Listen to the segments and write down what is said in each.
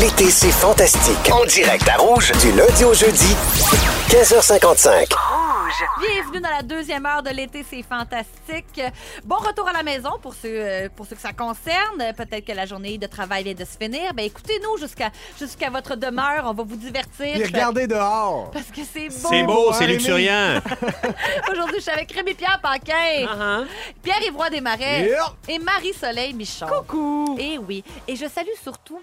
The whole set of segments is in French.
L'été, c'est fantastique. En direct à Rouge, du lundi au jeudi, 15h55. Bienvenue dans la deuxième heure de l'été, c'est fantastique. Euh, Bon retour à la maison pour ceux, euh, pour ceux que ça concerne. Euh, Peut-être que la journée de travail vient de se finir. Ben, écoutez-nous jusqu'à jusqu'à votre demeure. On va vous divertir. Puis regardez dehors. Parce que c'est beau. Oh, C'est beau, c'est Aimé. luxuriant. Aujourd'hui, je suis avec Rémi Pierre Paquin, Uh-huh. Pierre-Yvroy Desmarais Yeah. et Marie-Soleil Michon. Coucou! Et oui. Et je salue surtout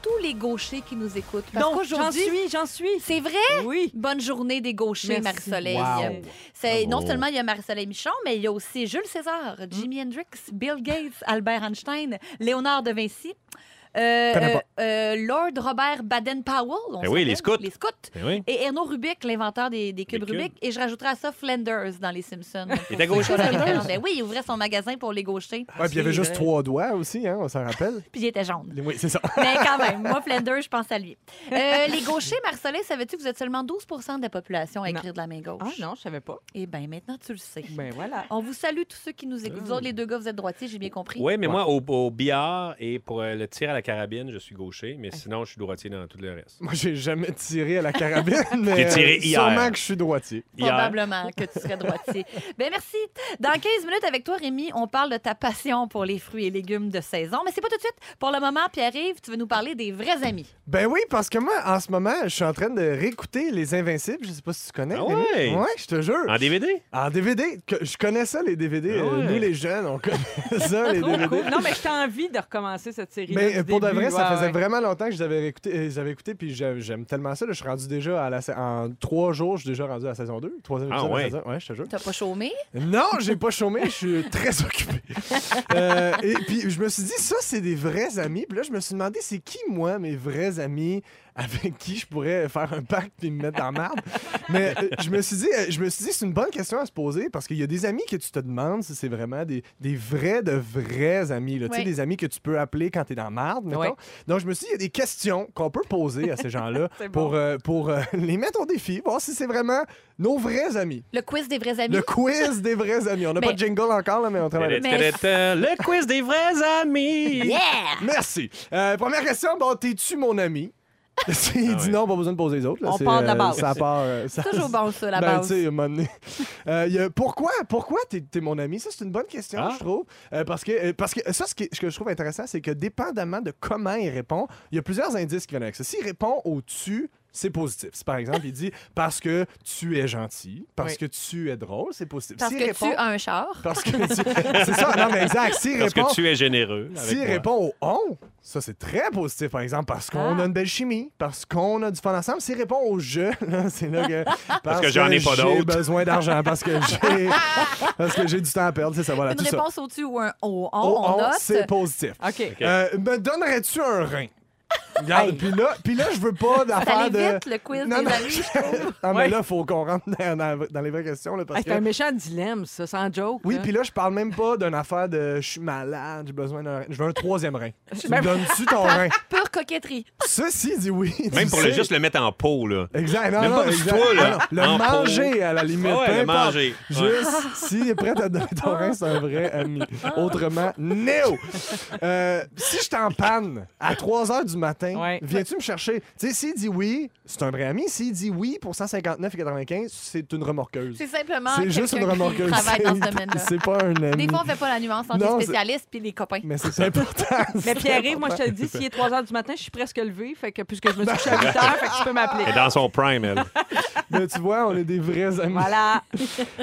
tous les gauchers qui nous écoutent. Parce Donc, j'en qu'aujourd'hui, suis, j'en suis. c'est vrai? Oui. Bonne journée des gauchers, Merci. Marie-Soleil. Wow. C'est- Non Bravo. seulement il y a Marie-Soleil Michon, mais il y a aussi Jules César, Hmm. Jimi Hendrix, Bill Gates, Albert Einstein, Léonard de Vinci. euh, Connais pas. euh, euh, Lord Robert Baden-Powell. on Ben se oui, les rappelle, scouts. Les scouts. Ben oui. Et Erno Rubik, l'inventeur des, des cubes Des cubes. Rubik. Et je rajouterai à ça Flanders dans Les Simpsons. Il était gaucher, Flanders? Ben Oui, il ouvrait son magasin pour les gauchers. Ouais, puis il y avait c'est juste vrai. trois doigts aussi, hein, on s'en rappelle. Puis il était jaune. Oui, c'est ça. Mais quand même, moi, Flender, je pense à lui. Euh, les gauchers, Marcelin, savais-tu que vous êtes seulement 12 de la population à écrire de la main gauche? Ah non, je savais pas. Eh bien, maintenant, tu le sais. Ben voilà. On vous salue tous ceux qui nous écoutent. Vous autres, Euh. les deux gars, vous êtes droitiers, j'ai bien compris. Oui, mais moi, au, au billard et pour euh, le tir à la carabine, je suis gaucher, mais sinon, je suis droitier dans tout le reste. Moi, j'ai jamais tiré à la carabine, mais J'ai tiré euh, hier. sûrement que je suis droitier. Hier. Probablement que tu serais droitier. Ben merci. Dans 15 minutes avec toi, Rémi, on parle de ta passion pour les fruits et légumes de saison. Mais c'est pas tout de suite. Pour le moment, Pierre-Yves, tu veux nous parler des vrais amis. Ben oui, parce que moi, en ce moment, je suis en train de réécouter Les Invincibles. Je sais pas si tu connais. Ah Rémi. ouais? Ouais, je te jure. En DVD? En DVD, que- je connais ça, les DVD. Ah Euh, ouais. Nous, les jeunes, on connaît ça, les Trop DVD. cool. Non, mais j'ai envie de recommencer cette série. Mais euh, pour de vrai, ça faisait vraiment longtemps que je l'avais réécouté, euh, j'avais écouté, puis j'a- j'aime tellement ça. là, je suis rendu déjà à la sa- En trois jours, je suis déjà rendu à la saison 2. Troisième Ah épisode de la ouais. saison. Ouais, je te jure. T'as pas chômé? Non, j'ai pas chômé, je suis très occupé. Euh, et puis je me suis dit, ça, c'est des vrais amis. Puis là, je me suis demandé, c'est qui, moi, mes vrais amis avec qui je pourrais faire un pacte puis me mettre en marde. Mais euh, je me suis dit, euh, je me suis dit, c'est une bonne question à se poser parce qu'il y a des amis que tu te demandes si c'est vraiment des, des vrais, de vrais amis. là. Tu sais, Ouais. des amis que tu peux appeler quand t'es dans la marde, mettons. Ouais. Donc, je me suis dit, il y a des questions qu'on peut poser à ces gens-là C'est bon. pour, euh, pour euh, les mettre au défi, voir si c'est vraiment nos vrais amis. Le quiz des vrais amis? Le quiz des vrais amis. On n'a Mais- pas de jingle encore, là, mais on travaille. là-dessus. Mais- Ta-da-ta-da-ta, Le quiz des vrais amis! Yeah! Merci. Euh, première question. Bon, t'es-tu mon ami? S'il Ah dit ouais. non, pas besoin de poser les autres. là. On C'est, part de la euh, base. Ça part. euh, ça- Toujours bon, ça, la ben, base. tu sais, à un moment donné. Euh, il y a- pourquoi pourquoi t'es t'es mon ami? Ça, c'est une bonne question, Ah. je trouve. Euh, parce, que, euh, parce que ça, ce, qui- ce que je trouve intéressant, c'est que dépendamment de comment il répond, il y a plusieurs indices qui viennent avec ça. S'il répond au tu, c'est positif. Si, par exemple, il dit parce que tu es gentil, parce Oui. que tu es drôle, c'est positif. Parce S'il que répond- Ben, tu as un char. Parce que tu- c'est ça, non, mais exact. S'il Parce répond, que tu es généreux. avec s'il moi. répond au on, ça c'est très positif, par exemple, parce qu'on Ah. a une belle chimie, parce qu'on a du fun ensemble. S'il répond au je, là, c'est là que. Parce, que j'en ai pas J'ai d'autres. besoin d'argent, parce que j'ai parce que j'ai du temps à perdre, ben, c'est ça, voilà, Une tout ça. réponse au-dessus ou un au on, Au on on, note. c'est positif. OK. Euh, me donnerais-tu un rein? Regarde, Puis là, puis là, je veux pas Ça d'affaire allait de. vite, le quiz Non, des non. amis. Non, mais Ouais. là, faut qu'on rentre dans, dans- dans les vraies questions. Là, parce Hey, que... C'est un méchant dilemme, ça, sans joke. Oui, là. puis là, je parle même pas d'une affaire de je suis malade, j'ai besoin d'un rein. Je veux un troisième rein. Tu me Ben- donnes-tu ton rein? Pure coquetterie. Ceci dit oui. Même tu pour le, sais. juste le mettre en pot, là. Exact, non, Même non, pas du exact. toi, là, Non, non, Le en manger, peau. à la limite. Ah ouais, peu le importe. manger. Juste, s'il est prêt à donner ton rein, c'est un vrai ami. Ah. Autrement, no! Euh, si je t'en panne à 3 h du matin, Ouais. viens-tu me chercher? Tu sais, s'il dit oui, c'est un vrai ami. S'il dit oui pour 159,95, c'est une remorqueuse. C'est simplement C'est juste une quelqu'un qui remorqueuse. travaille dans ce C'est- domaine-là. C'est pas un ami. Des fois, on fait pas la nuance entre Non, les c'est- spécialistes puis les copains. Mais c'est important. Mais c'est Pierre-Yves, moi, je important. te le dis, s'il est 3 h du matin, je suis presque levée, fait que, puisque je me suis couché à 8 h, fait que tu Elle peux est m'appeler. dans son prime, elle. Mais tu vois, on est des vrais amis. Voilà.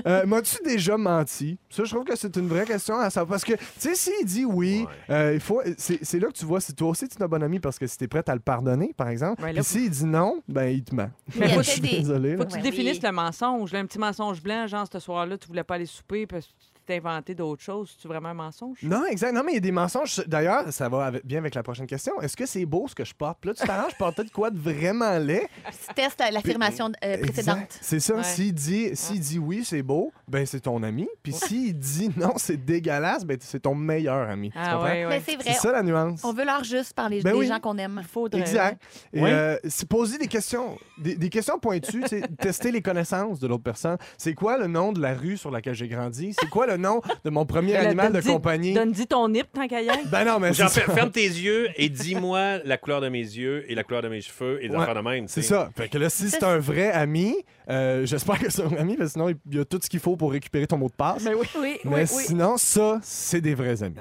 Euh, M'as-tu déjà menti? Ça, je trouve que c'est une vraie question à savoir. Parce que, tu sais, s'il dit oui, euh, il faut. C'est c'est là que tu vois si toi aussi tu es un bon ami parce que si t'es prête à le pardonner, par exemple. Ouais, là, Puis s'il dit non, ben il te ment. Mais Moi, faut je suis que t'aies- désolé. là. Faut que tu Ouais, définisses oui. le mensonge. là, un petit mensonge blanc, genre, ce soir-là, tu voulais pas aller souper parce que tu t'es inventé d'autres choses. C'est-tu vraiment un mensonge? Non, exact. Non, mais il y a des mensonges. D'ailleurs, ça va avec- bien avec la prochaine question. Est-ce que c'est beau ce que je porte? Puis Là, tu t'arranges, je porte peut-être quoi de vraiment laid. Tu testes l'affirmation euh, Exact. précédente. C'est ça. Ouais. S'il dit, s'il dit oui, c'est beau, ben c'est ton ami. Puis s'il dit non, c'est dégueulasse, ben c'est ton meilleur ami. Tu Ah comprends? ouais, Mais ouais. c'est vrai, C'est ça la nuance. on veut l'art juste par les Ben des oui. gens qu'on aime. Faudrait. Exact. Et Oui. euh, c'est poser des questions, des, des questions pointues, tu sais, tester les connaissances de l'autre personne. C'est quoi le nom de la rue sur laquelle j'ai grandi? C'est quoi le le nom de mon premier animal de compagnie. Donne-y ton nip, tant qu'à y être. Ben non, mais c'est Genre, fer- ça. ferme tes yeux et dis-moi la couleur de mes yeux et la couleur de mes cheveux et des Ouais, affaires de même. C'est t'sais. ça. Fait que là, si c'est un vrai ami, euh, j'espère que c'est un ami, parce que sinon, il y a tout ce qu'il faut pour récupérer ton mot de passe. Ben Mais, Oui, oui, oui. sinon, ça, c'est des vrais amis.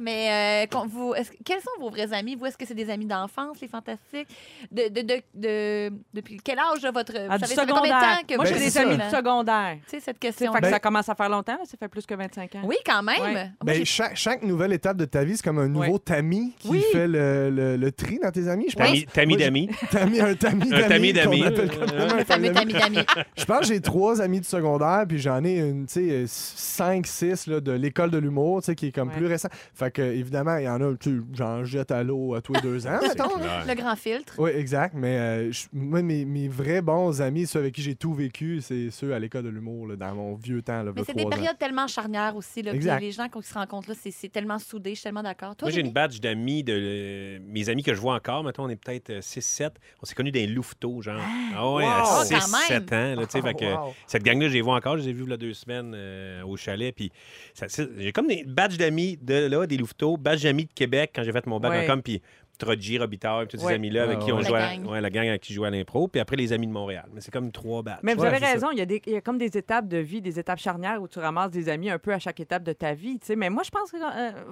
Mais euh, qu'on- vous, est-ce que- quels sont vos vrais amis? Vous, est-ce que c'est des amis d'enfance, les fantastiques? De, de, de, de- depuis quel âge votre. Ah, vous du savez, ça fait combien de secondaire. temps que Moi, vous- j'ai Ben, des c'est amis ça. du secondaire. Tu sais, cette Tu sais, question. fait que Ben- ça commence à faire longtemps, là, ça fait plus que 25 ans. Oui, quand même. Ouais. Ah, Moi, Ben, j'ai- chaque, chaque nouvelle étape de ta vie, c'est comme un nouveau Ouais. tamis qui Oui. fait le, le- le tri dans tes amis. Je T'as mis- t'as mis Moi, j'ai- d'amis. pense. Tamis, un tamis Un tamis d'amis. d'amis. qu'on appelle comme- Euh, un le fameux ami tamis. d'amis. Je pense que j'ai trois amis du secondaire, puis j'en ai une, tu sais, 5, 6 de l'école de l'humour, tu sais, qui est comme Ouais. plus récent. Fait que, évidemment, il y en a, tu sais, j'en jette à l'eau à tous les deux ans, mettons. C'est clair. Le grand filtre. Oui, exact. Mais euh, je- moi, mes, mes vrais bons amis, ceux avec qui j'ai tout vécu, c'est ceux à l'école de l'humour, là, dans mon vieux temps. Là, Mais v'là c'est des trois ans. périodes tellement charnières aussi. Là, puis Exact. les gens qui se rencontrent là, c'est- c'est tellement soudé. Je suis tellement d'accord. Toi, Moi, j'ai une Rémi? badge d'amis, de euh, mes amis que je vois encore. Mettons, on est peut-être 6-7. On s'est connus dans les louveteaux, genre. Ah ouais, Wow! à Oh, 6-7 ans. Là, tu sais, fait que, Wow. Cette gang-là, je les vois encore. Je les ai vus il y a deux semaines euh, au chalet. Puis ça- c'est- j'ai comme des badges d'amis de là, des louveteaux, badges d'amis de Québec quand j'ai fait mon bac Ouais. en com. Puis Troji, Robitaille, puis tous Ouais. ces amis-là avec Ah, qui on ouais. jouait. La à- gang. ouais, la gang avec qui je jouais à l'impro. Puis après, les amis de Montréal. Mais c'est comme trois badges. Mais vous Ouais, avez c'est ça. raison, il y, a des- il y a comme des étapes de vie, des étapes charnières où tu ramasses des amis un peu à chaque étape de ta vie. tu sais. Mais moi, je pense qu'il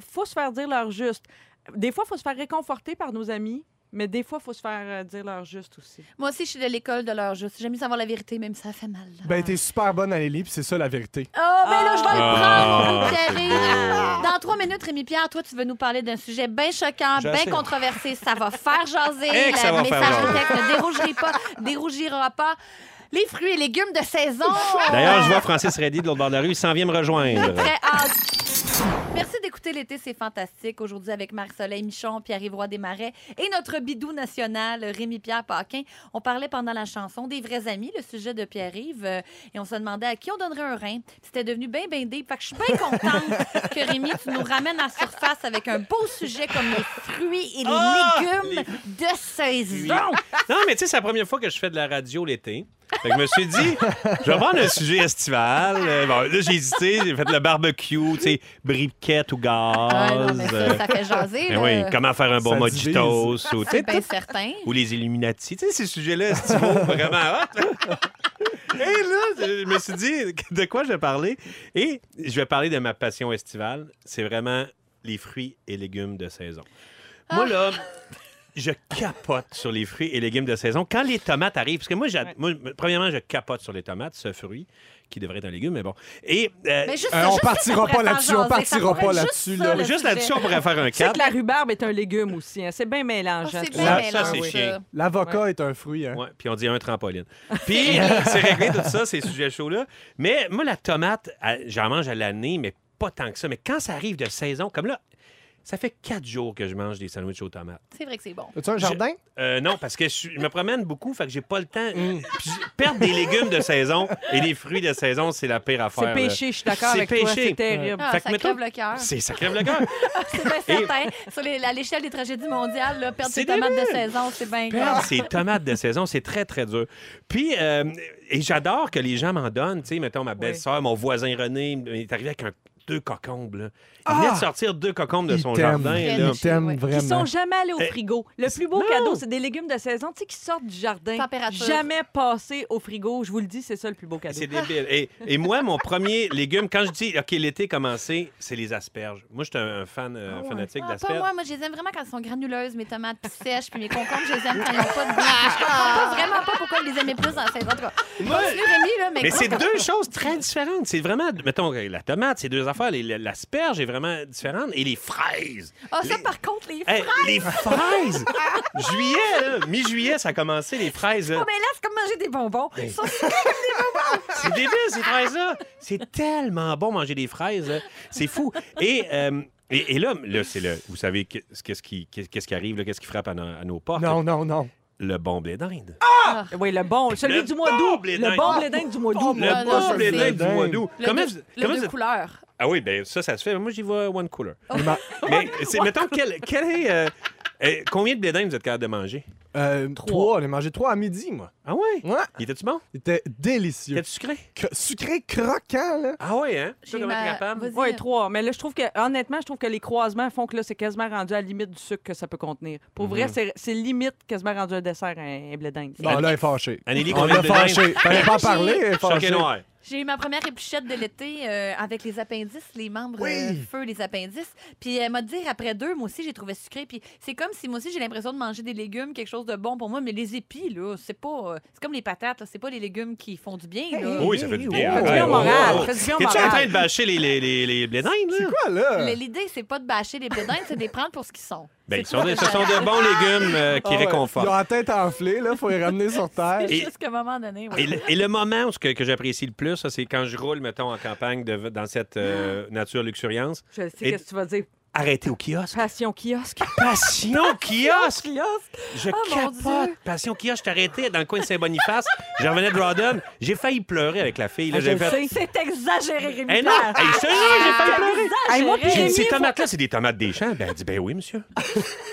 faut se faire dire leur juste. Des fois, il faut se faire réconforter par nos amis, mais des fois, il faut se faire euh, dire leur juste aussi. Moi aussi, je suis de l'école de l'heure juste. J'aime mieux savoir la vérité, même si ça fait mal. là. Ben, t'es super bonne à Lélie, puis c'est ça la vérité. Oh, ben là, je vais Ah, le prendre, Rémi-Pierre. Dans trois minutes, Rémi-Pierre, toi, tu veux nous parler d'un sujet bien choquant, Je bien sais. controversé. Ça va faire jaser. Eh que ça le va faire message de jaser. texte ne dérougira pas, dérougira pas. Les fruits et légumes de saison. D'ailleurs, je vois Francis Reddy de l'autre bord de la rue. Il s'en vient me rejoindre. Très hâte. Merci d'écouter l'été, c'est fantastique. Aujourd'hui avec Marc-Soleil Michon, Pierre-Yves Roy Desmarais et notre bidou national, Rémi-Pierre Paquin. On parlait pendant la chanson des vrais amis, le sujet de Pierre-Yves, euh, et on se demandait à qui on donnerait un rein. Puis C'était devenu bien, bien deep. Fait que je suis bien contente que Rémi, tu nous ramènes à la surface avec un beau sujet comme les fruits et les Ah! légumes de saison. Non, mais tu sais, c'est la première fois que je fais de la radio l'été. Fait que je me suis dit, je vais prendre un sujet estival. Euh, bon, là, j'ai hésité, j'ai fait le barbecue, tu sais, briquette ou gaz. Ah, non, mais euh, ça, ça fait jaser. ben là. oui, comment faire un bon Ça mojitos ou, tu sais, C'est bien certain. ou les Illuminati. Tu sais, ces sujets-là estivaux, vraiment hot. Et là, je me suis dit, de quoi je vais parler? Et je vais parler de ma passion estivale. C'est vraiment les fruits et légumes de saison. Ah. Moi, là, je capote sur les fruits et légumes de saison. Quand les tomates arrivent, parce que moi, j'ad- Ouais. moi, premièrement, je capote sur les tomates, ce fruit qui devrait être un légume, mais bon. Et euh, Mais juste Euh, ça, on juste ça, partira ça pourrait pas faire là-dessus, on jaser. Ça partira pourrait pas être là-dessus, juste là. ça, le juste sujet. là-dessus, on pourrait faire un Tu sais cap. que la rhubarbe est un légume aussi. hein. C'est bien mélangeant. Ah, c'est tout bien ça. bien Ça, c'est mélangeant, chiant. L'avocat est un fruit, hein. Ouais, puis on dit un trampoline. Puis c'est réglé tout ça, ces sujets chauds-là. Mais moi, la tomate, elle, j'en mange à l'année, mais pas tant que ça. Mais quand ça arrive de saison, comme là, ça fait quatre jours que je mange des sandwichs aux tomates. C'est vrai que c'est bon. As-tu un jardin? Euh, non, parce que je, suis- je me promène beaucoup, fait que j'ai pas le temps. Mm. Puis je- perdre des légumes de saison et des fruits de saison, c'est la pire affaire. C'est là. péché, je suis d'accord C'est avec toi. péché. C'est terrible. Ah, Fait que ça mettons- crève le cœur. Ben, C'est ça crève le cœur. C'est bien certain. Sur les- à l'échelle des tragédies mondiales, là, perdre C'est ses tomates de saison, c'est bien grave. perdre ces tomates de saison, c'est très, très dur. Puis, euh, et j'adore que les gens m'en donnent. Tu sais, mettons, ma belle-sœur, mon voisin René, il est arrivé avec un- deux cocombes. là. Il venait de sortir deux cocombes de Il son t'aime. jardin. Très là. Il t'aime Ouais. vraiment. Ils sont jamais allés au Eh, frigo. Le plus beau non. cadeau, c'est des légumes de saison, tu sais, qui sortent du jardin. Température. Jamais passés au frigo. Je vous le dis, c'est ça le plus beau cadeau. Eh, C'est débile. Et, et moi, mon premier légume, quand je dis, OK, l'été commencé, c'est les asperges. Moi, je suis un, un fan euh, fanatique Ah, pas d'asperges. moi, moi je les aime vraiment quand elles sont granuleuses, mes tomates puis sèches, puis mes concombres, je les aime quand ils n'ont pas de goût. Puis Je comprends pas vraiment pas pourquoi ils les aimaient plus dans la saison. En tout cas, Moi- continue, Rémi, là, mais, Mais quand- c'est deux choses très différentes. C'est vraiment, mettons, la tomate, c'est deux affaires. Les- L'asperge est vraiment différente. Et les fraises. Ah, ça, Les- par contre, les Hey, les fraises! Juillet, là, mi-juillet, ça a commencé, les fraises. là. Oh, mais là, c'est comme manger des bonbons. Eh. Ça, c'est- C'est débile, ces fraises-là. C'est tellement bon manger des fraises. là. C'est fou. Et, euh, et, et là, là c'est le, vous savez que- qu'est-ce qui, qu'est-ce qui arrive, là, qu'est-ce qui frappe à, nos- à nos portes. Non, non, non. Le bon blé d'Inde. Oui, le bon, celui Le du mois bon d'août. blé d'Inde. Le bon blé d'Inde du mois d'août. Ah, le non, je bon blé sais. d'Inde du mois d'août. le Comment deux- vous- le comment deux vous- couleurs. Ah oui, bien ça, ça se fait. Moi, j'y vois one cooler. Mais ma- Oh, eh, Mais c'est- mettons, quel, quel est... euh, euh, combien de blé d'Inde vous êtes capable de manger? Euh, Trois. trois. On a mangé trois à midi, moi. Ah ouais? Ouais. Il était-tu bon? C'était Il délicieux. était sucré? Cro- Sucré croquant, là. Ah ouais, hein? J'ai Ça doit ma- être capable. Vas-y. Oui, trois. Mais là, je trouve que, honnêtement, je trouve que les croisements font que là, c'est quasiment rendu à la limite du sucre que ça peut contenir. Pour Mhm. vrai, c'est- c'est limite quasiment rendu un dessert, un, un blé d'Inde. Bon, Ah, là, elle est fâchée. Anneli, On combien l'a de dindes? fâchée. Fallait pas en J'ai- parler, elle est Choqué fâchée. noir. J'ai eu ma première épluchette de l'été euh, avec les appendices, les membres Oui. euh, feu, les appendices. Puis elle m'a dit après deux, moi aussi j'ai trouvé sucré. Puis c'est comme si moi aussi j'ai l'impression de manger des légumes, quelque chose de bon pour moi, mais les épis là, c'est pas, euh, c'est comme les patates, là, c'est pas les légumes qui font du bien là. Oui, ça fait du Fais bien. Ah, du Ouais, bien au ouais, moral. ouais. Fais du bien au T'es-tu en train moral. de bâcher les, les, les, les blés d'Inde, là? C'est quoi, là? Mais L'idée c'est pas de bâcher les pédins, c'est de les prendre pour ce qu'ils sont. Ben, C'est ils sont tout. de- ce sont de bons légumes euh, Ah qui ouais. Ils ont réconfortent. la tête enflée, là. Faut les ramener sur terre. C'est Et- juste qu'à un moment donné. ouais. Et le, et le moment où ce que, que j'apprécie le plus, ça, c'est quand je roule, mettons, en campagne de- dans cette euh, nature luxuriante. Je sais Et- qu'est-ce que tu vas dire. Arrêtez au kiosque. Passion kiosque. Passion kiosque! kiosque. Je Oh, mon capote. Dieu. Passion kiosque, j'étais arrêté dans le coin de Saint-Boniface. je revenais de Rodden. J'ai failli pleurer avec la fille. là. Ah, je J'ai le fait... sais. Ah, C'est exagéré, Rémi. Eh non! Pierre. Hey, sérieux, j'ai failli C'est pleurer! Hey, moi, exagéré. Ah, puis J'ai dit, Rémi, ces faut- tomates-là, c'est des tomates des champs. Ben, elle dit, ben oui, monsieur.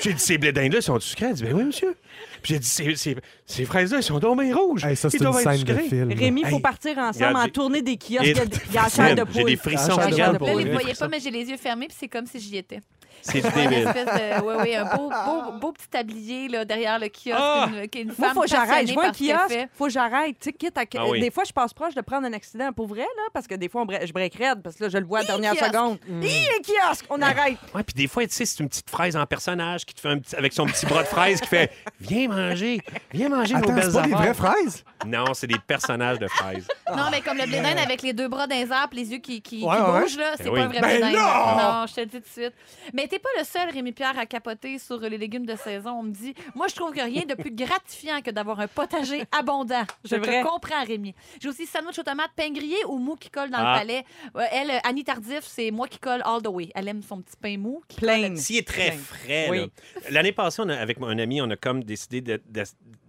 J'ai dit, ces blés d'Inde-là, sont sucrés? Elle dit, ben oui, monsieur. Puis j'ai dit, ces, ces- ces fraises-là, elles sont donc bien rouges. Hey, ça, c'est Ils une doivent être scène de sucrés. film. Rémi, il faut Hey, partir ensemble regarde, en j'ai- tournée des kiosques. Et- Il y a- il y a la chair de J'ai poule. des frissons. Ah, j'ai regarde. de Là, vous Oui, ne voyez pas, mais j'ai les yeux fermés, puis c'est comme si j'y étais. C'est Une débile. espèce de, ouais, ouais, un beau, beau, beau petit tablier là, derrière le kiosque. Ah! Une, qui est une Moi, femme faut que j'arrête. passionnée Je vois un par ce qu'elle kiosque. fait. Faut que j'arrête. Tu sais, quitte à... que- Ah oui. Des fois, je passe proche de prendre un accident pour vrai, là, parce que des fois, on bre- je break raide, parce que là, je le vois à la dernière kiosque. seconde. Hi, un kiosque! On arrête. Ouais, puis des fois, tu sais, c'est une petite fraise en personnage qui te fait un petit, avec son petit bras de fraise qui fait Viens manger, viens manger nos Attends, c'est belles pas des vraies affaires. fraises? Non, c'est des personnages de fraises. Non, mais comme le blé d'Inde avec les deux bras d'un arbre, les yeux qui, qui, qui Ah. Ouais, ouais. bougent, là, c'est Ben pas oui. un vrai Ben blé d'Inde. non! Non, je te le dis tout de suite. Mais t'es pas le seul, Rémi-Pierre, à capoter sur les légumes de saison. On me dit, moi, je trouve que rien de plus gratifiant que d'avoir un potager abondant. Je C'est vrai. te comprends, Rémi. J'ai aussi sandwich aux tomates pain grillé ou mou qui colle dans Ah. le palais. Ouais, Elle, euh, Annie Tardif, c'est moi qui colle all the way. Elle aime son petit pain mou. qui- Plein. S'il est très Plein. frais, Oui. là. l'année passée, on a- avec un ami, on a comme décidé de- de-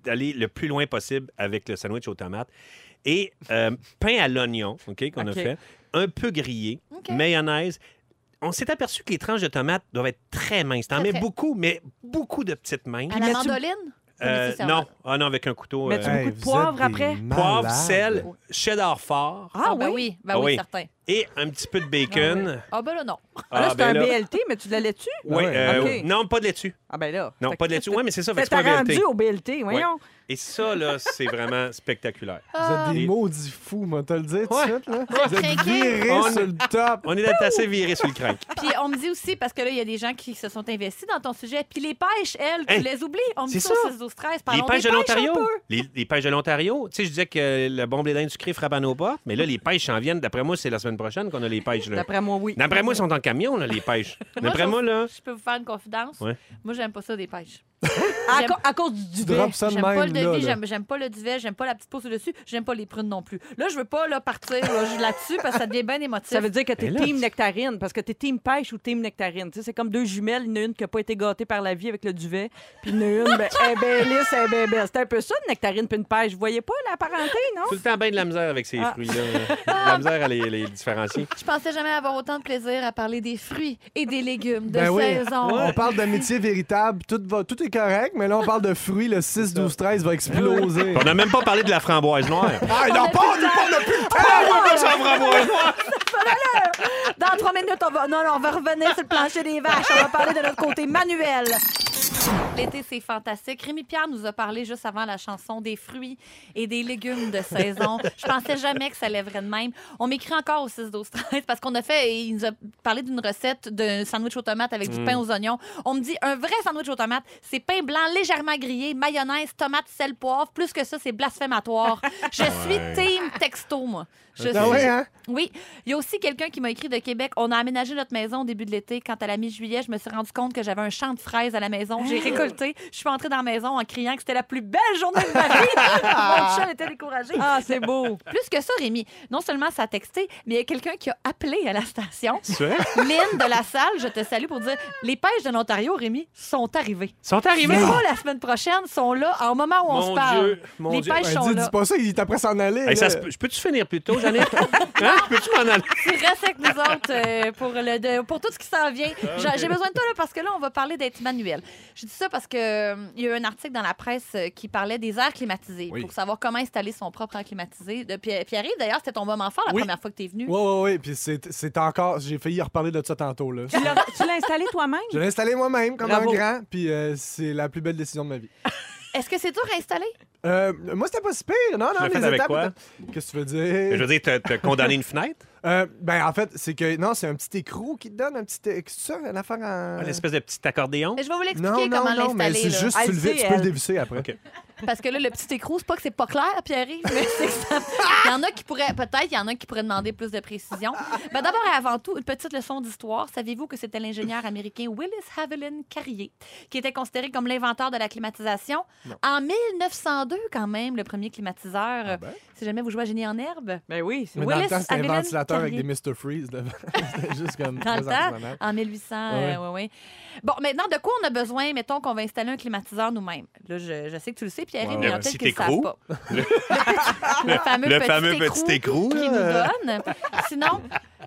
d'aller le plus loin possible avec le sandwich aux tomates. Et euh, pain à l'oignon, OK, qu'on OK. a fait, un peu grillé, OK. mayonnaise. On s'est aperçu que les tranches de tomates doivent être très minces. T'en Très, mets très. beaucoup, mais beaucoup de petites mains. À la mets-tu- mandoline? Pas Euh, nécessairement. non, ah non, avec un couteau. Ah, Mets-tu euh, Beaucoup de vous poivre êtes des après. Poivre, malades. sel, cheddar fort Ah, ben oui? oui, ben Ah oui, oui. certain. et un petit peu de bacon. Ah ben là non. Ah, là, c'est ben un là. BLT, mais tu l'allais tu Ouais, Ouais. euh, Ok. ouais. Non, pas de laitue. Ah ben là. Non, Fait pas que de laitue. Oui, mais c'est ça, fait que T'es c'est pas un rendu BLT. au BLT, voyons. Et ça, là, c'est vraiment spectaculaire. Vous êtes des Ah. maudits fous, moi, te le dire tout de Ouais. suite, là. Vous êtes Craqué. virés On- sur le top. On est d'être assez viré sur le crack. Puis on me dit aussi, parce que là, il y a des gens qui se sont investis dans ton sujet. Puis les pêches, elles, tu Hey, les oublies. On me dit c'est ça au ça. 16 12 13 Les Parlons pêches des de l'Ontario. un peu. Les, les pêches de l'Ontario. Tu sais, je disais que le bon blé d'Inde sucré frappe à nos portes, mais là, les pêches s'en viennent. D'après moi, c'est la semaine prochaine qu'on a les pêches. Là. D'après moi, oui. D'après moi, ils sont en camion, là, les pêches. D'après je- moi, là. Je peux vous faire une confidence. Ouais. Moi, j'aime pas ça des pêches. À, J'aime- co- à cause du Tu duvet. drops ça de J'aime même, pas le là, devis, là. j'aime- j'aime pas le duvet, j'aime pas la petite peau sur le dessus, j'aime pas les prunes non plus. Là, je veux pas là, partir là, là-dessus parce que ça devient bien émotif. Ça veut dire que t'es Mais là, team tu- nectarine, parce que t'es team pêche ou team nectarine. Tu sais, c'est comme deux jumelles, il y en a une qui n'a pas été gâtée par la vie avec le duvet, puis il y en a une, ben, elle est bien lisse, elle est bien belle. C'est un peu ça, une nectarine puis une pêche. Vous voyez pas la parenté, non? Tout le temps, bien de la misère avec ces Ah. fruits-là. De la misère à les, les différencier. Je pensais jamais avoir autant de plaisir à parler des fruits et des légumes de Ben oui. saison. On parle d'amitié véritable, tout, va, tout est correct, mais là, on parle de fruits, le 6, 12, 13 va exploser. Ben On n'a même pas parlé de la framboise noire. Ah, il en parle, il parle plus Dans trois minutes, on va, non, non, on va revenir sur le plancher des vaches. On va parler de notre côté manuel. L'été, c'est fantastique. Rémi-Pierre nous a parlé juste avant la chanson des fruits et des légumes de saison. Je pensais jamais que ça lèverait de même. On m'écrit encore au 6 12 13 parce qu'on a fait, il nous a parlé d'une recette d'un sandwich aux tomates avec Mm. du pain aux oignons. On me dit un vrai sandwich aux tomates, c'est pain blanc légèrement grillé, mayonnaise, tomate, sel, poivre. Plus que ça, c'est blasphématoire. Je suis team texto, moi. Je Ah suis- ouais, hein? oui. Il y a aussi quelqu'un qui m'a écrit de Québec. On a aménagé notre maison au début de l'été. Quand à la mi-juillet, je me suis rendu compte que j'avais un champ de fraises à la maison. J'ai récolté. Je suis entrée dans la maison en criant que c'était la plus belle journée de ma vie. Mon chien était découragé. Ah, c'est beau. Plus que ça, Rémi, non seulement ça a texté, mais il y a quelqu'un qui a appelé à la station. C'est vrai? Lynn de la salle, je te salue pour dire les pêches de l'Ontario, Rémi, sont arrivées. Ils sont arrivés. Mais pas la semaine prochaine, sont là au moment où on Mon se parle. Dieu, mon les Dieu. pêches Ben, sont dis, là. dis pas ça, il est après s'en aller. Hey, ça là. se peut- je peux-tu finir plus tôt, Jeannette? Hein? Je peux-tu m'en aller? tu restes avec nous Ah, autres euh, pour, le, de- pour tout ce qui s'en vient. J'a- J'ai besoin de toi là, parce que là, on va parler d'être manuel. Je Je dis ça parce que euh, il y a eu un article dans la presse euh, qui parlait des airs climatisés Oui. pour savoir comment installer son propre air climatisé. De Pierre- Pierre-Yves, d'ailleurs, c'était ton moment fort la Oui. première fois que tu es venu. Oui, oui, oui. Puis c'est c'est encore. J'ai failli reparler de ça tantôt. Là. Tu l'as tu l'as installé toi-même? Je l'ai installé moi-même comme Bravo. un grand, puis euh, c'est la plus belle décision de ma vie. Est-ce que c'est dur à installer? Euh, moi, c'était pas si pire. Non, non, l'as les fait avec étapes. quoi? étaient- Qu'est-ce que tu veux Je veux dire? dire, t'as t'as condamné une fenêtre, Euh, ben, en fait, c'est que. Non, c'est un petit écrou qui te donne un petit. C'est ça, une affaire en. une espèce de petit accordéon. Je vais vous l'expliquer Non, non, comment non, mais l'installer. c'est là. juste, Elle tu le vis- sait, tu peux le elle. dévisser après. OK. Parce que là, le petit écrou, c'est pas que c'est pas clair, Pierre-Yves, mais c'est que ça- Il y en a qui pourraient, peut-être, il y en a qui pourraient demander plus de précision. Ben, D'abord et avant tout, une petite leçon d'histoire. Savez-vous que c'était l'ingénieur américain Willis Haviland Carrier qui était considéré comme l'inventeur de la climatisation? En 1902, quand même, le premier climatiseur. euh, Ah ben. Si jamais vous jouez à Génie en herbe, Ben oui, c'est Mais dans Willis le temps, c'était un Haviland ventilateur avec Carrier. des Mr. Freeze devant. C'était juste comme. Dans le très temps, artisanal. en 1800, Ouais. euh, ouais, ouais. Bon, maintenant, de quoi on a besoin? Mettons qu'on va installer un climatiseur nous-mêmes. Là, je, je sais que tu le sais, Pierre, Ouais, mais il y en ouais. a peut-être Le qui ne petit savent écrou. pas. Le, petit- le fameux, le petit, fameux écrou petit écrou, qui là. nous donne. Sinon,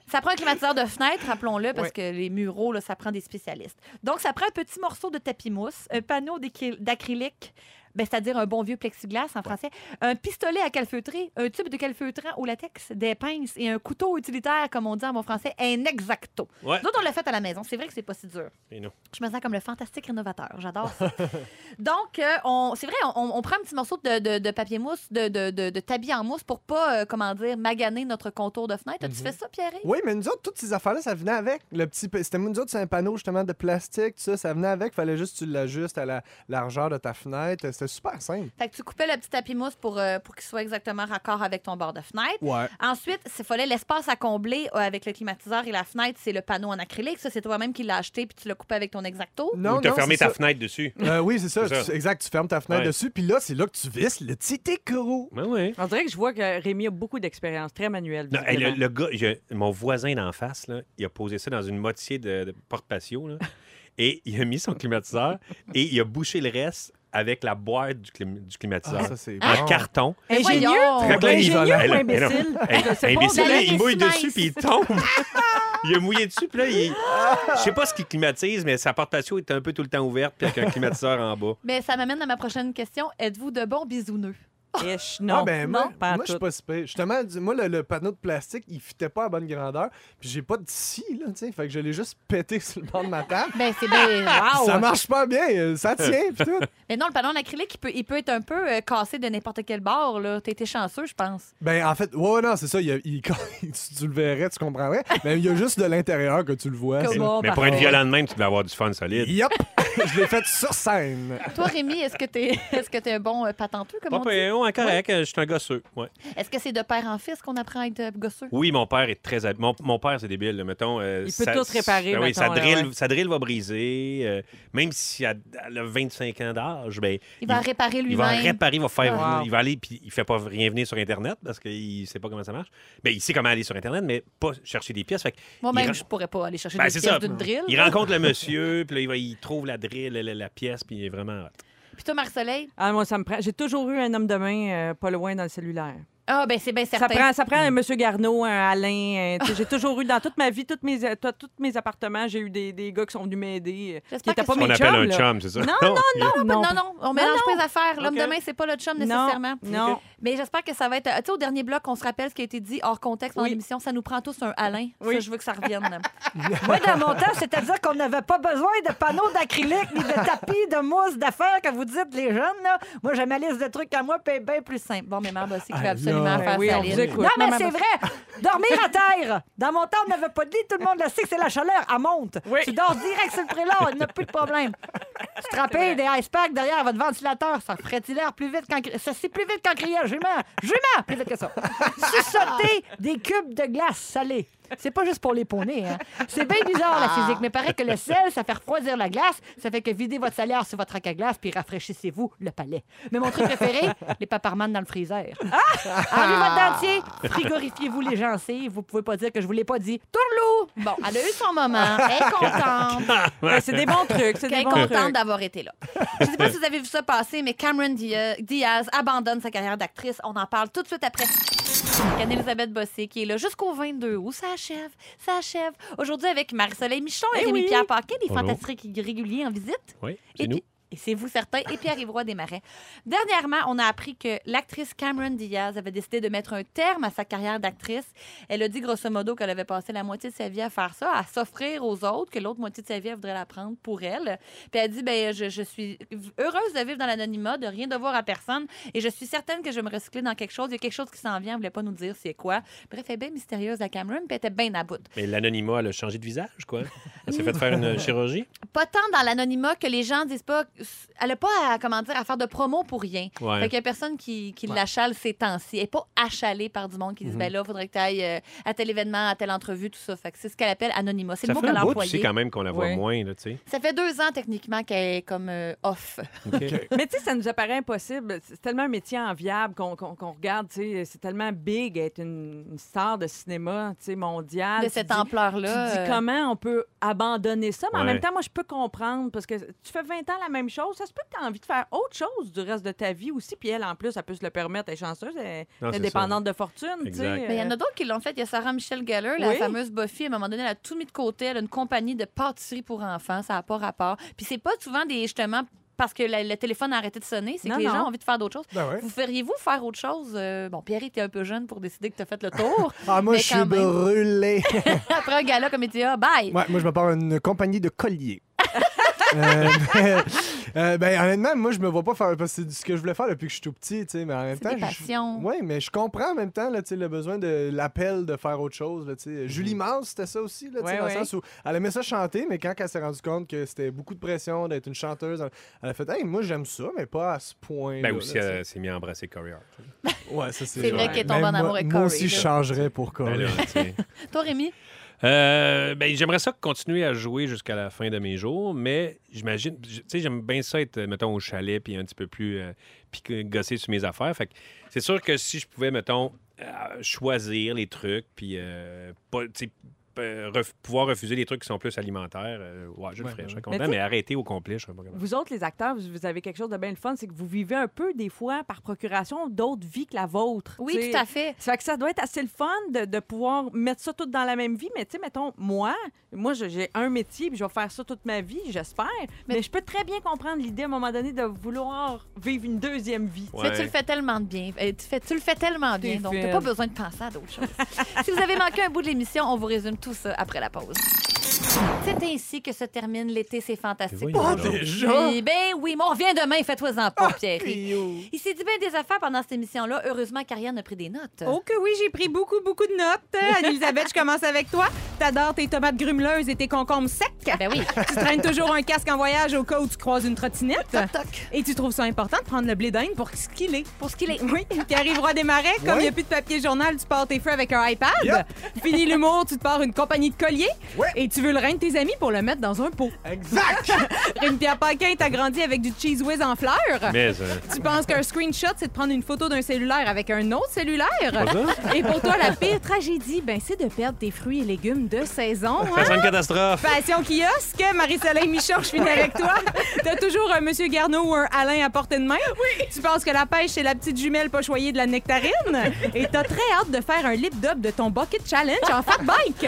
ça prend un climatiseur de fenêtre, rappelons-le, parce Ouais. que les mureaux, là, ça prend des spécialistes. Donc, ça prend un petit morceau de tapis mousse, un panneau d'équi- d'acrylique, ben, c'est-à-dire un bon vieux plexiglas en français, un pistolet à calfeutrer, un tube de calfeutrant au latex, des pinces et un couteau utilitaire, comme on dit en bon français, un exacto. Ouais. Nous autres, on l'a fait à la maison. C'est vrai que c'est pas si dur. Et non. Je me sens comme le fantastique rénovateur. J'adore ça. Donc, euh, on- c'est vrai, on, on prend un petit morceau de, de- de papier mousse, de, de, de- de tablier en mousse pour pas, euh, comment dire, maganer notre contour de fenêtre. Mhm. As-tu fait ça, Pierre? Oui, mais nous autres, toutes ces affaires-là, ça venait avec. Le petit, pa- c'était nous autres, c'est un panneau justement de plastique, tout ça, ça venait avec. Fallait juste que tu l'ajustes à la largeur de ta fenêtre. C'était super simple. Fait que tu coupais le petit tapis mousse pour, euh, pour qu'il soit exactement raccord avec ton bord de fenêtre. Ouais. Ensuite, il fallait l'espace à combler euh, avec le climatiseur et la fenêtre, c'est le panneau en acrylique. Ça, c'est toi-même qui l'as acheté puis tu l'as coupé avec ton exacto. Ou t'as fermé c'est ta ça. fenêtre dessus. Euh, oui, c'est ça. C'est ça. Tu- exact, tu fermes ta fenêtre Ouais. dessus, puis là, c'est là que tu visses le petit écrou. Ben oui. On dirait que je vois que Rémi a beaucoup d'expérience, très manuelle. Non, hey, le, visiblement. le gars, je- mon voisin d'en face, là, il a posé ça dans une moitié de, de porte-patio. là. et il a mis son climatiseur et il a bouché le reste avec la boîte du, clim- du climatiseur. ça, c'est en bon. carton. Mais Ingénieux? voyons! Très bien Ingénieux isolant. Elle ou a- ben, imbécile? Hey, Je sais pas, Eh imbécile, on là, dirait il mouille qu'il se dessus mince. puis il tombe. il a mouillé dessus, puis là, il... je sais pas ce qu'il climatise, mais sa porte-patio est un peu tout le temps ouverte, puis avec un climatiseur en bas. Mais ça m'amène à ma prochaine question. Êtes-vous de bons bisouneux? Ish, non, ah ben non, moi, pas moi je suis tout. pas si pire. Justement, du- moi le, le panneau de plastique, il fitait pas à bonne grandeur, puis j'ai pas de scie là, tu sais, fait que je l'ai juste pété sur le bord de ma table. Ben, c'est bien. Wow! Ça marche pas bien, euh, ça tient, puis tout. Mais non, le panneau en acrylique, il peut, il peut être un peu euh, cassé de n'importe quel bord. là. T'as été chanceux, je pense. Ben en fait, ouais ouais, non, c'est ça, il, y a- il- quand tu, tu le verrais, tu comprendrais, mais il y a juste de l'intérieur que tu le vois. Comme c'est- Bon, Eh mais pour être parfait. violent de même, tu devais avoir du fun solide. Yup, je l'ai fait sur scène. Toi, Rémi, est-ce que t'es est-ce que t'es un bon euh, patenteux, comme Pas on dit? pire, ouais, correct, euh, je suis un gosseux. ouais. Est-ce que c'est de père en fils qu'on apprend à être euh, gosseux? Oui, mon père est très. hab- Mon, mon père, c'est débile. là, Mettons, euh, Il peut sa- tout réparer, Ben oui, mettons, sa, là, drill, ouais. sa drill va briser. euh, même si elle elle a 25 ans d'âge, ben, Il va réparer il va lui-même. réparer, il va faire. Wow. Il va aller, puis il fait pas rien venir sur Internet parce qu'il sait pas comment ça marche. Ben, il sait comment aller sur Internet, mais pas chercher des pièces. Fait que il Moi-même, ren- je pourrais pas aller chercher Ben, des c'est pièces ça. d'une drill. Il rencontre le monsieur, puis là, il, va- il trouve la drill, la, la pièce, puis il est vraiment hot. Oh, Puis toi, Marc-Soleil? Ah, moi, ça me prend. J'ai toujours eu un homme de main euh, pas loin dans le cellulaire. Ah, ben c'est bien Ça certain. prend, ça prend un Monsieur Garneau, un Alain. un- tu sais, j'ai toujours eu, dans toute ma vie, toutes mes, to- tous mes appartements, j'ai eu des, des gars qui sont venus m'aider. euh, Qui J'espère étaient que pas c'est- On mes appelle chums, un là. chum, c'est ça? Non, non. Ah, ben Non, non, on mélange pas les affaires. L'homme OK. de main, c'est pas le chum nécessairement. Non. Ok. Mais j'espère que ça va être. euh, Tu sais, au dernier bloc, on se rappelle ce qui a été dit hors contexte dans Oui. l'émission. Ça nous prend tous un Alain. Ça, Oui. je veux que ça revienne. Moi, dans mon temps, c'est-à-dire qu'on n'avait pas besoin de panneaux d'acrylique ni de tapis, de mousse, d'affaires que vous dites, les jeunes. Là. Moi, j'ai ma liste de trucs à moi, puis bien plus simple. Bon, mais Mère Bossy qui Ah, veut absolument là. faire Ben Oui, on Saline. vous écoute. Non, mais Maman c'est Bossy. vrai! Dormir à terre! Dans mon temps, on n'avait pas de lit, tout le monde le sait que c'est la chaleur, elle monte. Oui. Tu dors direct sur le prélat, il n'y a plus de problème. Strapper des ice packs derrière votre ventilateur, ça ferait l'air plus vite qu'en cri- Ceci plus vite qu'en criant jument! Jument! Plus vite que ça. Sursauter des cubes de glace salée. C'est pas juste pour les poneys, hein. C'est bien bizarre, la physique, mais paraît que le sel, ça fait refroidir la glace, ça fait que videz votre salaire sur votre rack à glace, puis rafraîchissez-vous le palais. Mais mon truc préféré, les paparmanes dans le freezer. Enlevez Ah, votre dentier, frigorifiez-vous les gencives. Vous pouvez pas dire que je vous l'ai pas dit. Tourlou! Bon, elle a eu son moment. Elle est contente. Ben, c'est des bons trucs. C'est Elle des est bons contente trucs. d'avoir été là. Je sais pas si vous avez vu ça passer, mais Cameron Dia- Diaz abandonne sa carrière d'actrice. On en parle tout de suite après. avec Anne-Elisabeth Bossé qui est là jusqu'au 22 août. Ça achève, ça achève. Aujourd'hui avec Marie-Soleil Michon et Eh oui. Rémi-Pierre Paquet, des Bonjour. fantastiques réguliers en visite. Oui, Et c'est nous. puis- Et c'est vous certains, et Pierre Roy des Marais. Dernièrement, on a appris que l'actrice Cameron Diaz avait décidé de mettre un terme à sa carrière d'actrice. Elle a dit grosso modo qu'elle avait passé la moitié de sa vie à faire ça, à s'offrir aux autres, que l'autre moitié de sa vie, elle voudrait la prendre pour elle. Puis elle dit, ben je, je suis heureuse de vivre dans l'anonymat, de rien devoir à personne, et je suis certaine que je vais me recycler dans quelque chose. Il y a quelque chose qui s'en vient, elle voulait pas nous dire c'est quoi. Bref, elle est bien mystérieuse, la Cameron, puis elle était bien à bout. Mais l'anonymat, elle a changé de visage, quoi. Elle s'est fait faire une chirurgie. pas tant dans l'anonymat que les gens disent pas. Elle n'a pas à, comment dire, à faire de promo pour rien. Ouais. Fait qu'il y a personne qui, qui l'achale ces temps-ci. Elle n'est pas achalée par du monde qui dit Mhm. ben là, faudrait que tu ailles euh, à tel événement, à telle entrevue, tout ça. Fait que c'est ce qu'elle appelle anonymat. C'est Ça le mot fait qu'elle un a bout, tu sais, employé. quand même, qu'on la voit Ouais. moins, là, tu sais. Ça fait deux ans techniquement qu'elle est comme euh, off. Ben, Mais tu sais, ça nous apparaît impossible. C'est tellement un métier enviable qu'on qu'on- qu'on regarde. tu sais, C'est tellement big être une, une star de cinéma tu sais, mondiale. de Ah, Tu cette dis- ampleur-là. Tu dis euh, comment on peut abandonner ça, mais en Ouais. même temps, moi, je peux comprendre parce que tu fais 20 ans la même chose. Ça se peut que tu aies envie de faire autre chose du reste de ta vie aussi. Puis elle, en plus, elle peut se le permettre. Elle est chanceuse, elle Non, elle est c'est dépendante de fortune. tu sais. Exact. Mais Ben, il y en a d'autres qui l'ont fait. Il y a Sarah Michelle Gellar, la Euh, Oui. fameuse Buffy. À un moment donné, elle a tout mis de côté. Elle a une compagnie de pâtisserie pour enfants. Ça n'a pas rapport. Puis c'est pas souvent des justement parce que la- le téléphone a arrêté de sonner. C'est que Non, les non. gens ont envie de faire d'autres choses. Ben ouais. Vous feriez-vous faire autre chose? Euh, bon, Pierre était un peu jeune pour décider que tu as fait le tour. Ah, moi, Mais je suis quand même. brûlé. Après un gala comme il dit, ah, bye! Ouais, moi, je me pars une compagnie de colliers. Euh, mais- euh, ben, honnêtement, moi, je me vois pas faire. Parce que c'est ce que je voulais faire depuis que je suis tout petit, tu sais. Mais en même C'est temps. des je- passions. Ouais, mais je comprends en même temps là, tu sais, le besoin de l'appel de faire autre chose. Là, tu Mhm. sais. Julie Mars, c'était ça aussi, là, tu sais, Ouais, dans ouais. le sens où elle aimait ça chanter, mais quand elle s'est rendue compte que c'était beaucoup de pression d'être une chanteuse, elle- elle a fait Hey, moi j'aime ça, mais pas à ce point. Ben aussi, elle s'est mise à embrasser Corey Hart. ouais, ça, C'est vrai ouais. qu'elle tombe en Ben, moi- amour avec Moi Corey, aussi, je là. changerais pour Corey. Ben là, tu sais. Toi, Rémi? Euh, ben, j'aimerais ça continuer à jouer jusqu'à la fin de mes jours, mais j'imagine, tu sais, j'aime bien ça être, euh, mettons, au chalet, puis un petit peu plus euh, puis que- gosser sur mes affaires. Fait que c'est sûr que si je pouvais, mettons, euh, choisir les trucs, puis euh, pas, tu sais, euh, ref- pouvoir refuser les trucs qui sont plus alimentaires, euh, ouais, je le Ouais, ferais, ouais. je serais Mais content, tu- mais, arrêter au complet, je serais pas capable. Vous autres, les acteurs, vous, vous avez quelque chose de bien le fun, c'est que vous vivez un peu, des fois, par procuration, d'autres vies que la vôtre. Oui, tu sais. tout à fait. Ça fait que ça doit être assez le fun de, de pouvoir mettre ça tout dans la même vie. Mais tu sais, mettons, moi, moi je- j'ai un métier puis je vais faire ça toute ma vie, j'espère. Mais... je peux très bien comprendre l'idée à un moment donné de vouloir vivre une deuxième vie. Mais tu le fais tellement de bien. Euh, tu, fais, tu le fais tellement bien, T'es donc t'as fine. pas besoin de penser à d'autres choses. si vous avez manqué un bout de l'émission, on vous résume tout ça après la pause. C'est ainsi que se termine l'été, c'est fantastique. Mais voyons donc. Déjà? Oui, ben oui, mais on revient demain, fais-toi-en pas, Pierre. Pio. Il s'est dit bien des affaires pendant cette émission-là. Heureusement qu'Ariane a pris des notes. Oh que oui, j'ai pris beaucoup, beaucoup de notes. Euh, Anne-Elisabeth, je commence avec toi. T'adores tes tomates grumeleuses et tes concombres secs. Ben oui. Tu traînes toujours un casque en voyage au cas où tu croises une trottinette. Toc, toc. Et tu trouves ça important de prendre le blé d'Inde pour ce qu'il est. Pour ce qu'il est. Oui, qui arrive roi des marais, comme il Ouais. n'y a plus de papier journal, tu pars tes feux avec un iPad. Yep. Fini l'humour, tu te pars une compagnie de colliers. Ouais. Et tu veux le rein de tes amis pour le mettre dans un pot. Exact! Rémi-Pierre Paquin t'a grandi avec du cheese whiz en fleurs. Mais, euh, Tu penses qu'un screenshot, c'est de prendre une photo d'un cellulaire avec un autre cellulaire? pas ça? Et pour toi, la pire tragédie, ben, c'est de perdre tes fruits et légumes de saison. Ça hein? sent une catastrophe! Passion kiosque, Marie-Soleil Michon, je finis avec toi. T'as toujours un Monsieur Garneau ou un Alain à portée de main. Tu penses que la pêche, c'est la petite jumelle pas choyée de la nectarine. Et t'as très hâte de faire un lip-dub de ton bucket challenge en fat bike.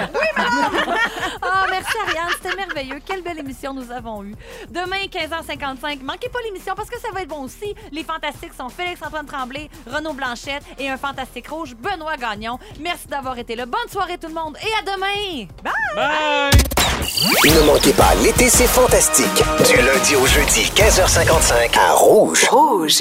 Ah, merci Ariane, c'était merveilleux. Quelle belle émission nous avons eue. Demain, 15h55, manquez pas l'émission parce que ça va être bon aussi. Les fantastiques sont Félix-Antoine Tremblay, Renaud Blanchette et un fantastique rouge, Benoît Gagnon. Merci d'avoir été là. Bonne soirée tout le monde et à demain! Bye! Ne manquez pas, l'été, c'est fantastique. Du lundi au jeudi, 15h55, à Rouge. Rouge.